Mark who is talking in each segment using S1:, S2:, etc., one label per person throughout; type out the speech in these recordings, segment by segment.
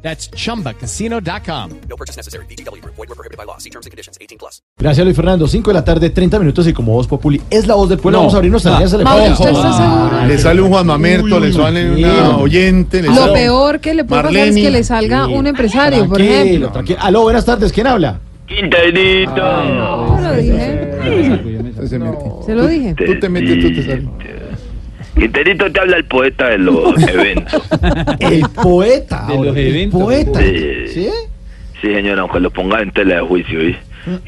S1: That's chumbacasino.com.
S2: No purchase necessary. BGW. Void were prohibited by law. See terms and conditions. 18 plus.
S3: Gracias Luis Fernando, 5 de la tarde, 30 minutos y como Voz Populi es la voz del pueblo,
S4: No.
S3: vamos a abrir nuestra línea
S5: Mauro, ¿usted
S3: telefónica.
S5: está
S3: ah,
S5: seguro?
S4: Le sale un Juan Mamerto, le sale una oyente, le sale
S5: Lo peor que le puede pasar es
S4: Marlene.
S5: que le salga un empresario, por
S3: Tranquilo,
S5: ejemplo.
S3: tranquilo. Aló, buenas tardes, ¿quién habla?
S6: Quintanito.
S5: Se lo dije.
S4: Entonces se mete.
S5: Se lo dije.
S4: Tú te metes, tú te sales.
S6: Quintanito te habla el poeta de los eventos.
S3: El poeta. ahora, el poeta.
S6: Sí.
S3: ¿Sí?
S6: Sí, señor, aunque lo ponga en tela de juicio, ¿sí?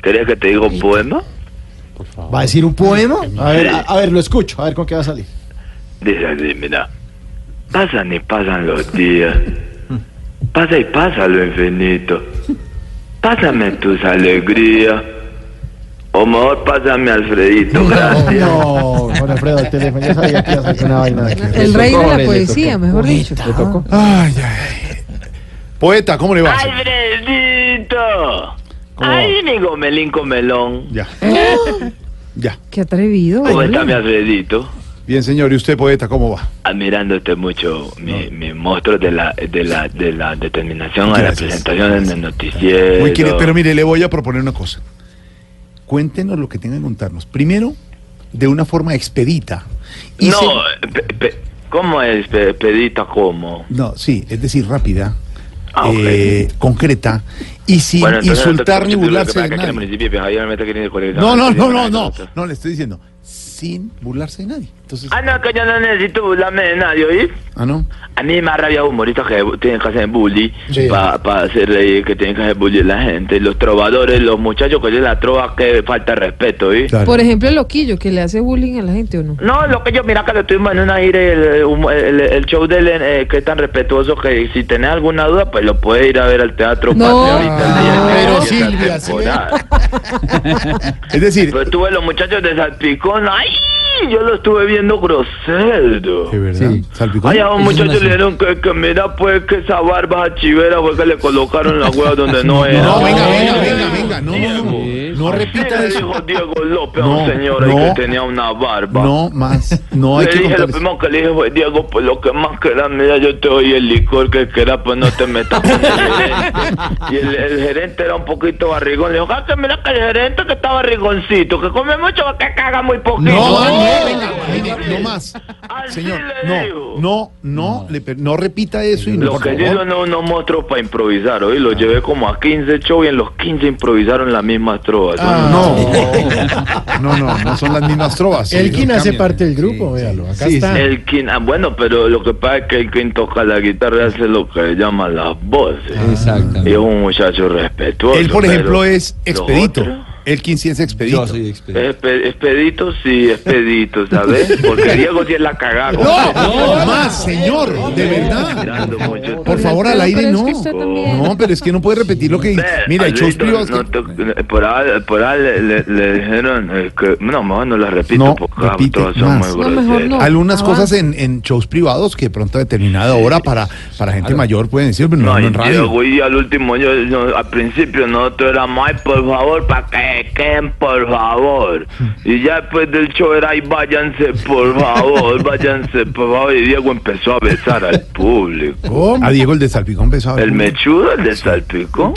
S6: ¿Querías que te diga un poema?
S3: ¿Va a decir un poema? A ver, a, a ver, lo escucho, a ver con qué va a salir.
S6: Dice así, mira. Pasan y pasan los días. Pasa y pasa lo infinito. Pásame tus alegrías. O mejor pásame a Alfredito, gracias.
S3: No, Juan Alfredo, el teléfono, ya sabía que iba a salir una vaina. de aquí.
S5: El rey de la poesía, mejor dicho.
S4: Ay, ay. Poeta, ¿cómo le va?
S6: ¡Alfredito!
S4: ¿Cómo va?
S6: ¡Ay, mi gomelín comelón!
S4: Ya. Ya.
S5: Qué atrevido.
S6: ¿Cómo está mi
S5: hola.
S6: Alfredito?
S4: Bien, señor. ¿Y usted, poeta, cómo va?
S6: admirándote mucho, mi, mi monstruo de la, de la, de la determinación a la
S4: Gracias,
S6: presentación en
S4: gracias.
S6: el noticiero.
S4: Muy querido, pero mire, le voy a proponer una cosa. Cuéntenos lo que tenga que contarnos. Primero, de una forma expedita. Y
S6: no,
S4: se-
S6: pe- pe- ¿cómo es, pe- Pedita? ¿Cómo?
S4: No, sí, es decir, rápida,
S6: Ah, ok.
S4: eh, concreta, y sin
S6: Bueno, entonces,
S4: insultar ni
S6: entonces,
S4: burlarse
S6: porque
S4: de
S6: aquí en el
S4: nadie.
S6: municipio, pues, ahí me está queriendo correr esa
S4: No, no,
S6: municipio,
S4: no, no,
S6: nada,
S4: no,
S6: nada.
S4: no, le estoy diciendo, sin burlarse de nadie. Entonces,
S6: Ah, no, que yo no necesito burlarme de nadie, ¿oí?
S4: ah, no.
S6: A mí me da rabia humoristas que tienen que hacer bully
S4: Sí.
S6: para hacer reír, que tienen que hacer bully a la gente. Los trovadores, los muchachos que hacen la trova, que falta de respeto, ¿oí?
S4: Claro.
S5: Por ejemplo, el loquillo que le hace bullying a la gente o no.
S6: No, lo que yo, mira que lo tuvimos en una gira, el, el- el show de él, eh, que es tan respetuoso que si tenés alguna duda, pues lo puedes ir a ver al teatro.
S5: No.
S6: Patria ahorita el día
S4: Ah,
S6: que
S4: pero
S6: empieza
S4: Silvia,
S6: la
S4: sí,
S6: temporada.
S4: Es decir,
S6: Pero tuve los muchachos de Salpicón, ¡ay! Yo lo estuve viendo grosero.
S4: de verdad, salpicón.
S6: Ay, a un muchacho le dijeron que, que mira pues que esa barba chivera fue que le colocaron la hueá donde no era.
S4: No, venga,
S3: No,
S4: venga,
S3: no,
S4: venga,
S3: no,
S4: venga, no, no,
S6: Diego.
S4: no, no
S6: Sí,
S4: repita
S6: le
S4: eso.
S6: dijo Diego López a
S4: No,
S6: un señor ahí
S4: no.
S6: que tenía una barba.
S4: No más, no hay
S6: le
S4: que
S6: dije, lo
S4: contar eso.
S6: primero que le dije fue, Diego, pues lo que más querás, mira, yo te doy el licor que querás, pues no te metas con el gerente. Y el, el gerente era un poquito barrigón. Le dijo, ah, que mira que el gerente que está barrigoncito, que come mucho, que caga muy poquito.
S4: No, no, venga, venga, no más.
S6: Así
S4: Señor,
S6: le digo.
S4: no, no, no, le per- no repita eso y no,
S6: Lo
S4: por
S6: que
S4: favor. Ah.
S6: dieron no unos monstruos para improvisar, hoy lo llevé como a 15 shows y en los 15 improvisaron las mismas trovas.
S4: Ah, no. no, no, no son las mismas trovas.
S7: El Elkin hace
S4: cambian.
S7: parte del grupo, véalo. Acá
S4: Sí,
S7: está.
S6: El quien, ah, bueno, pero lo que pasa es que el quien toca la guitarra hace lo que le llaman las voces. Y es un muchacho respetuoso.
S4: Él, por ejemplo,
S6: pero
S4: es
S6: los
S4: expedito.
S6: otros,
S4: El 15 es expedito.
S6: es espe- Expedito, sí, expedito, ¿sabes? Porque Diego sí es la cagada.
S4: No, no más, señor, de verdad.
S6: Tirando mucho.
S4: Por favor, al
S5: Pero
S4: aire
S5: es que
S4: no.
S5: usted también.
S4: No, pero es que no puede repetir lo que
S6: Ve,
S4: Mira, hay shows
S6: Alberto,
S4: privados
S6: no
S4: que-
S6: te- por ahí, por ahí le, le- le dijeron eh, que. No, mejor no la repito
S4: No,
S6: porque ah,
S4: repite
S6: todas son
S4: más.
S6: muy
S5: No, mejor
S6: groseras.
S5: no.
S4: algunas
S5: Avance.
S4: cosas en, en shows privados que de pronto a determinada hora para, para gente mayor pueden decir, pero no,
S6: No,
S4: no
S6: y
S4: en radio.
S6: Diego, y al último, yo, yo- al principio nosotros éramos, ay, por favor, para que queden, por favor. Y ya después del show era, ay, váyanse, por favor, váyanse, por favor. Y Diego empezó a besar al público.
S4: ¿Cómo? A Diego el de Salpicón besaba.
S6: El mechudo, el de Salpicón,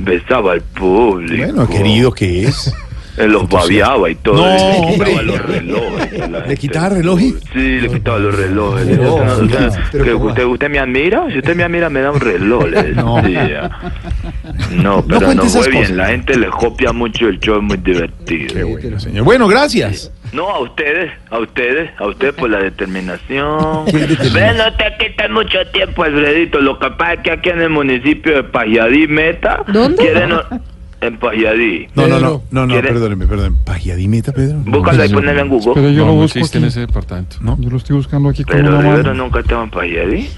S6: besaba al público.
S4: Bueno, querido que es.
S6: Él los babeaba y todo.
S4: No,
S6: y
S4: hombre.
S6: le quitaba los relojes. a la
S4: ¿Le
S6: gente.
S4: quitaba relojes?
S6: Sí, le quitaba los relojes.
S4: No,
S6: Yo, no,
S4: hombre,
S6: o sea,
S4: Oh, pero
S6: que
S4: ¿cómo
S6: usted, ¿Usted me admira? Si usted me admira, me da un reloj. Le
S4: No.
S6: decía. No, pero no,
S4: cuente esas
S6: fue bien.
S4: cosas.
S6: La gente le copia mucho el show, es muy divertido.
S4: Bueno, señor. Bueno, gracias.
S6: No, a ustedes, a ustedes, a ustedes por la determinación.
S4: ¿Qué determinación?
S6: Ven, no te quitan mucho tiempo, Alfredito. Lo capaz es que aquí en el municipio de Pajiadí, Meta,
S5: ¿Dónde?
S6: quieren... En Pajiadí.
S4: No, no, no,
S7: Pedro,
S4: no, no,
S6: ¿quieres?
S4: perdóneme, perdóneme. Pajiadimeta, Pedro.
S6: Búscalo y ponelo en Google.
S8: Pero yo
S4: No,
S8: lo
S4: no
S8: busco
S4: existe
S8: aquí. en ese departamento.
S4: No.
S8: Yo lo estoy buscando aquí con
S6: Pero
S8: una
S6: Rivero
S8: mano.
S6: nunca estaba en Pajaril.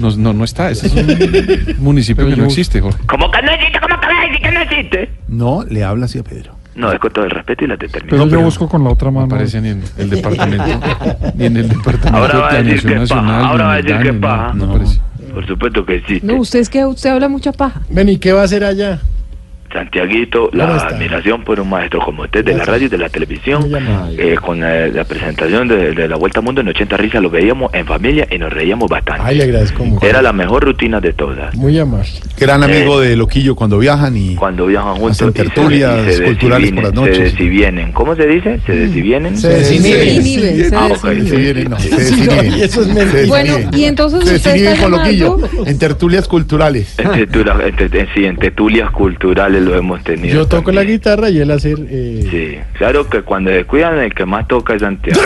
S7: No, no, no está. Ese es un municipio que no existe, Jorge.
S6: ¿Cómo que no existe? ¿Cómo que no existe? ¿No existe?
S4: No le habla así a Pedro.
S6: No, es con todo el respeto y la determinación.
S8: Pero yo busco con la otra
S7: No
S8: mano.
S7: aparece ni en el departamento, ni en el departamento
S6: Ahora
S7: de
S6: va a decir
S7: Planeación
S6: que es paja,
S7: Nacional. ni
S6: ahora va a
S7: en el
S6: decir que
S7: DANE,
S6: es
S7: no,
S6: paja.
S7: No, aparece.
S6: Por supuesto que existe.
S5: No, usted es que usted habla mucha paja.
S9: Ven, ¿y qué va a hacer allá?
S6: Santiaguito, la
S9: ¿Cómo está?
S6: admiración por un maestro como usted de la radio y de la televisión,
S9: Muy amable.
S6: eh, con eh, la presentación de, de La Vuelta al Mundo en 80 risas, lo veíamos en familia y nos reíamos bastante.
S9: Ay, le agradezco mucho.
S6: Era la mejor rutina de todas.
S9: Muy amable.
S4: Gran amigo de Loquillo cuando viajan y
S6: Eh. Cuando viajan juntos
S4: Hacen
S6: y se-
S4: tertulias
S6: y se
S4: culturales por las
S6: desvienen,
S4: noches.
S6: Se desvienen. ¿Cómo se dice? Se desvienen.
S9: Se desinhibe.
S5: desinhibe. se
S6: Ah, ok,
S5: desinhibe.
S4: se vienen, no, se
S9: Sí,
S4: desinhiben.
S9: no, y eso es
S4: Se
S9: mentira.
S5: Bueno,
S4: desinhiben.
S5: y entonces
S4: Se
S5: usted está
S4: desinhiben con
S5: llamando.
S4: Loquillo en tertulias culturales.
S6: En tertulias, en te- en- eh, sí, en tertulias culturales lo hemos tenido.
S9: Yo toco la
S6: también.
S9: guitarra y él hace... eh,
S6: Sí, claro que cuando descuidan el que más toca es Santiago.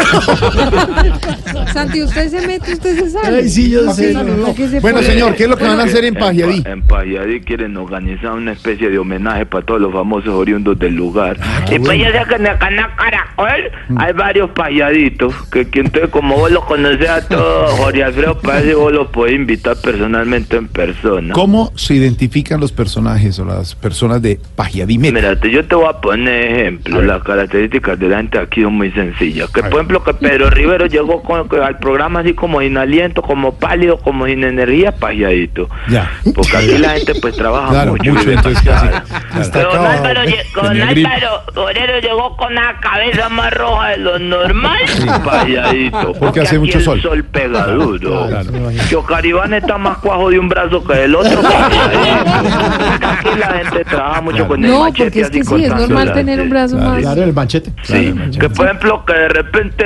S5: Santi, usted se mete, usted se sale.
S9: Ay, sí, yo
S5: ¿Para
S9: sé,
S5: qué-
S9: no, no,
S5: para qué se
S4: Bueno,
S5: pone?
S4: señor, ¿qué es lo que van a hacer en Pajiadí?
S6: Pa- En Pajiadí quieren organizar una especie de homenaje para todos los famosos oriundos del lugar.
S4: Ah,
S6: y pues ya sé que en el canal Caracol
S4: Mm.
S6: hay varios payaditos, que, que entonces como vos los conocés a todos, Jorge Alfredo Páez, vos los podés invitar personalmente en persona.
S4: ¿Cómo se identifican los personajes o las personas de Pajiadimeta?
S6: Mira, te- yo te voy a poner ejemplo. Las características de la gente aquí son muy sencillas. Que, por ejemplo, que Pedro Rivero llegó con- que al programa así como sin aliento, como pálido, como sin energía, pajeadito.
S4: Ya.
S6: Porque aquí la gente pues trabaja
S4: Claro,
S6: mucho.
S4: mucho,
S6: vive
S4: entonces,
S6: pasada.
S4: casi- casi
S6: Pero Don
S4: acabado.
S6: Álvaro, lle- don
S7: Tenía gripe.
S6: Álvaro Orero llegó con la cabeza más roja de lo normal, pajeadito.
S4: Porque hace
S6: aquí
S4: mucho
S6: el
S4: sol.
S6: sol pega duro.
S4: Claro.
S6: Chocaribán está más cuajo de un brazo que del otro. pajeadito. Aquí la gente trabaja mucho con el
S5: No,
S6: machete
S5: porque es que
S6: así
S5: sí, es
S6: cortando
S5: normal
S6: la-
S5: tener un brazo más.
S3: Claro, el manchete.
S6: Sí, que por ejemplo que de repente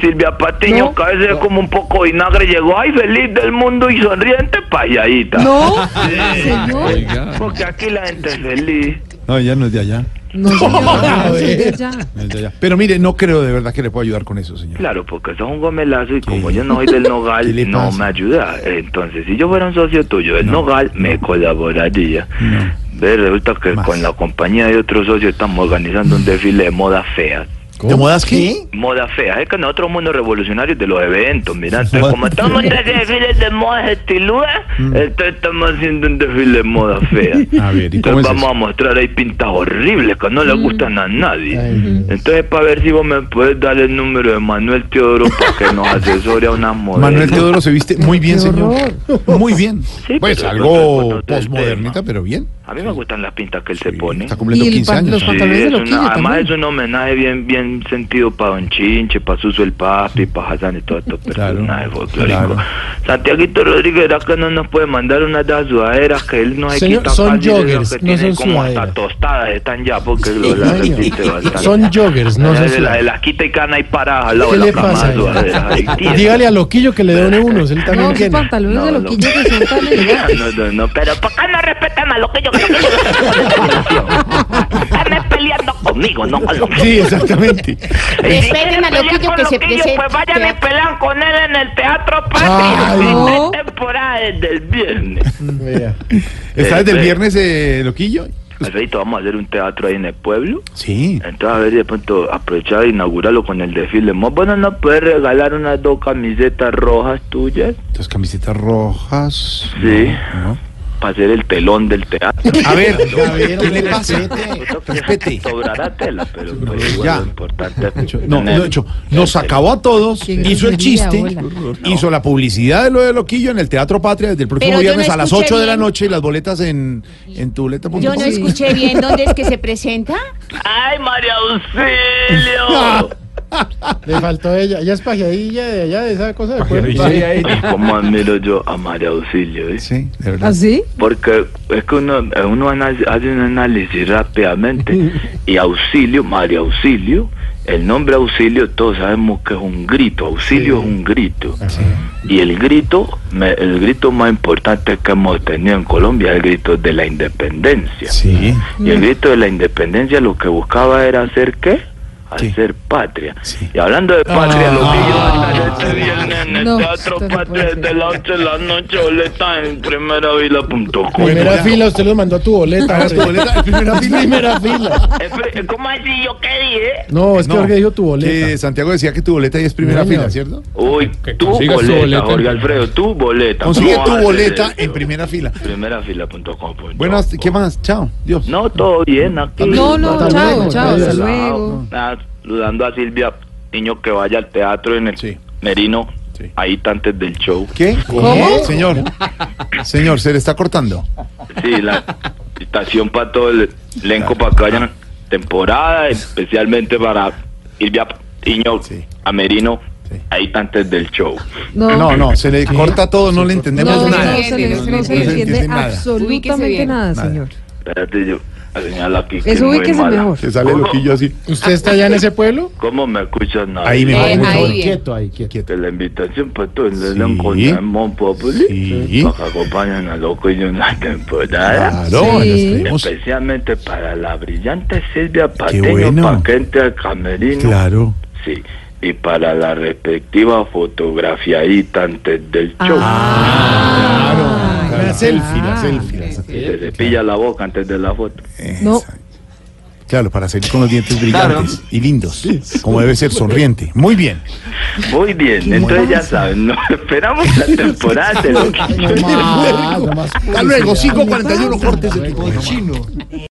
S6: Silvia Patiño,
S5: No.
S6: que a veces es como un poco vinagre, llegó ay feliz del mundo y sonriente payadita.
S5: No, señor.
S7: Oiga,
S6: Porque aquí la gente es feliz.
S4: No, ella no es de allá.
S5: No, señor. sí, de ya.
S4: no es de allá. Pero mire, no creo de verdad que le pueda ayudar con eso, señor.
S6: Claro, porque sos un gomelazo y como yo no soy del
S4: ¿Qué le
S6: Nogal, no
S4: pasa?
S6: me ayuda. Entonces, si yo fuera un socio tuyo del Nogal, me colaboraría. Ve, resulta que
S4: Más. Mm.
S6: con la compañía de otro socio estamos organizando un desfile de moda fea.
S4: ¿Te mudas qué?
S6: moda fea. Es que nosotros somos unos revolucionarios de los eventos, mira. Entonces, como estamos en desfiles de moda estiluda, entonces estamos haciendo un desfile de moda fea.
S4: Mm. A ver, ¿y cómo es eso?
S6: Entonces vamos
S4: Mm.
S6: a mostrar ahí pintas horribles que no le gustan a nadie. Entonces, para ver si vos me puedes dar el número de Manuel Teodoro para que nos asesore a una moda.
S4: Manuel Teodoro se viste muy bien,
S5: Qué
S4: señor. Muy bien.
S6: Sí,
S4: Pues
S6: pero-
S4: algo
S6: pero- pero-
S4: posmodernita, pero bien.
S6: A mí me gustan las pintas que él se pone.
S4: Está cumpliendo
S5: Y el
S4: 15
S5: pan-
S4: años.
S5: los
S4: ¿no?
S5: pan-
S6: Sí,
S5: Pantalones de
S6: es
S5: Loquillo
S6: una- además
S5: también.
S6: es un homenaje bien bien sentido para Don Chinche, para Suso el Papi, para Hassan y todos estos
S4: Claro,
S6: personajes folclóricos.
S4: claro.
S6: Santiaguito Rodríguez, ¿verdad que no nos puede mandar una de las sudaderas que él no se
S9: Señor,
S6: quita
S9: son
S6: fácil, esas
S9: joggers,
S6: que
S9: no son
S6: tienen como hasta
S9: sudaderas.
S6: tostadas están ya porque lo la
S9: Ay,
S6: repite bastante.
S9: Son joggers, no
S6: Las
S9: son
S6: de la, de
S9: sudaderas.
S6: las quita y cana y para al lado
S9: ¿Qué
S6: de
S9: le
S6: la cama
S9: pasa?
S6: de sudaderas. Ahí tiene.
S9: Dígale a Loquillo que le done unos, él
S5: No,
S9: también
S5: esos
S9: tiene.
S5: pantalones de loquillo que son tan elegantes.
S6: No, no, no, pero ¿por qué no respetan a Loquillo? Que Loquillo Están es peleando conmigo, no con Loquillo.
S4: Sí, exactamente.
S9: Eh,
S10: Esperen a Loquillo que se presente.
S6: Pues vayan y pelan con él en el Teatro Patria.
S4: Ah,
S9: Patria.
S5: no.
S6: temporada desde el viernes.
S9: Vea.
S4: ¿Está desde
S9: pues.
S4: el
S6: Eh,
S4: viernes, eh, Loquillo?
S6: Alfredito, vamos a hacer un teatro ahí en el pueblo.
S4: Sí.
S6: Entonces, a ver, de pronto aprovechar e inaugurarlo con el desfile. Más bueno, ¿no puedes regalar unas dos camisetas rojas tuyas?
S4: Entonces, camisetas rojas.
S6: Sí.
S4: No, no.
S6: Para hacer el telón del teatro.
S4: A ver,
S3: A ver,
S4: ¿qué le
S3: hombre,
S4: pasa?
S6: Esto que
S4: Respete.
S6: Sobrará tela, pero pues, igual
S4: Ya.
S6: lo importante es
S4: Nacho, No,
S6: tener-
S4: no, Nacho, nos acabó a todos,
S5: Qué
S4: hizo el
S5: grosería,
S4: chiste,
S5: abuela.
S4: hizo la publicidad de lo de Loquillo en el Teatro Patria desde el próximo
S10: Pero yo no
S4: viernes a las
S10: escuché
S4: 8 de la
S10: bien.
S4: noche y las boletas en, en tuleta.com.
S10: Yo no escuché bien dónde es que se presenta.
S6: ¡Ay, María Auxilio!
S9: Le faltó ella. Ella es pajeadilla de allá, de esa cosa de cuerpo.
S6: ¿Cómo admiro yo a María Auxilio? eh?
S4: Sí, de verdad.
S5: ¿Así?
S6: Porque es que uno, eh, uno ana- hace un análisis rápidamente y auxilio, María Auxilio, el nombre auxilio todos sabemos que es un grito, auxilio es un grito. Y el grito, me- el grito más importante que hemos tenido en Colombia es el grito de la independencia.
S4: Sí.
S6: Y el grito de la independencia lo que buscaba era hacer qué?
S4: Sí.
S6: hacer patria.
S4: Sí.
S6: Y hablando de patria, lo que yo
S5: Ah.
S6: estaré este viernes en el
S5: No,
S6: Teatro
S5: esto no
S6: Patria
S5: puede
S6: desde
S5: ser.
S6: las 8 de la noche, boleta en primeravila.com.
S9: Primera
S4: Bueno,
S9: fila, usted los mandó a tu boleta.
S4: Hagas tu
S9: hombre.
S4: Ah, boleta en primera fila.
S9: Primera fila.
S6: Espere, eh, ¿Cómo así? ¿Yo qué dije?
S9: No, es que
S4: No,
S9: Jorge dijo tu boleta.
S4: Que Santiago decía que tu boleta ahí es primera
S9: Bueno.
S4: fila, ¿cierto?
S6: Uy, tu
S7: consigas tu
S6: boleta,
S7: boleta.
S6: Jorge Alfredo, tu boleta.
S4: Consigue
S6: ¿Cómo
S4: tu
S6: haces
S4: boleta
S6: eso?
S4: en primera fila.
S6: primeravila.com.
S4: Buenas, ¿qué más? Chao, Dios.
S6: pues, No, todo bien aquí. Ah,
S5: No, no,
S9: Hasta
S5: chao,
S9: luego,
S5: chao,
S9: adiós.
S5: hasta luego.
S6: Nada, saludando a Silvia, niño que vaya al teatro en el
S4: Sí.
S6: Merino,
S4: Sí.
S6: ahí antes del show.
S4: ¿Qué?
S5: ¿Cómo?
S4: Señor, señor, se le está cortando.
S6: Sí, la estación para todo el elenco para que vayan temporada, especialmente para Silvia Niño
S4: Sí.
S6: a Merino,
S4: Sí.
S6: ahí antes del show.
S5: No,
S4: No, no, se le corta todo, no le
S5: no,
S4: entendemos
S5: no, no
S4: nada.
S5: se
S10: no,
S5: le
S10: no,
S5: no
S10: no
S5: se
S10: se
S5: le
S4: entiende
S5: entiende
S4: nada.
S5: absolutamente
S10: bien.
S5: nada,
S4: Nada.
S5: señal.
S6: Espérate, yo a señalar aquí. que
S5: Es
S6: muy
S5: ubíquese
S6: mala.
S5: mejor.
S4: Se sale
S6: ¿Cómo?
S4: loquillo así.
S9: ¿Usted está allá en ese pueblo?
S6: ¿Cómo me escuchan? nadie?
S4: Ahí
S10: Eh,
S4: me
S10: ahí
S4: mucho.
S10: bien.
S3: Quieto ahí, quieto.
S6: Que la invitación para todo el
S4: Sí.
S6: elenco de Mon Populi.
S4: Sí.
S6: Nos acompañan a loco y una temporada.
S4: Claro,
S5: Sí.
S4: nos creemos.
S6: Especialmente para la brillante Silvia Pateño,
S4: bueno.
S6: para que entre al camerino.
S4: Claro.
S6: Sí. Y para la respectiva fotografía ahí antes del show.
S4: La selfie, la
S5: Ah.
S4: selfie. la selfie.
S6: Se cepilla la boca antes de la foto.
S5: No.
S4: Exacto. Claro, para salir con los dientes brillantes y lindos, como debe ser sonriente. Muy bien.
S6: Muy bien, entonces ya saben, nos esperamos la temporada de Loquillo.
S3: Nomás, nomás
S4: Hasta luego,
S3: publicidad.
S4: 5.41 cortes de tu cochino.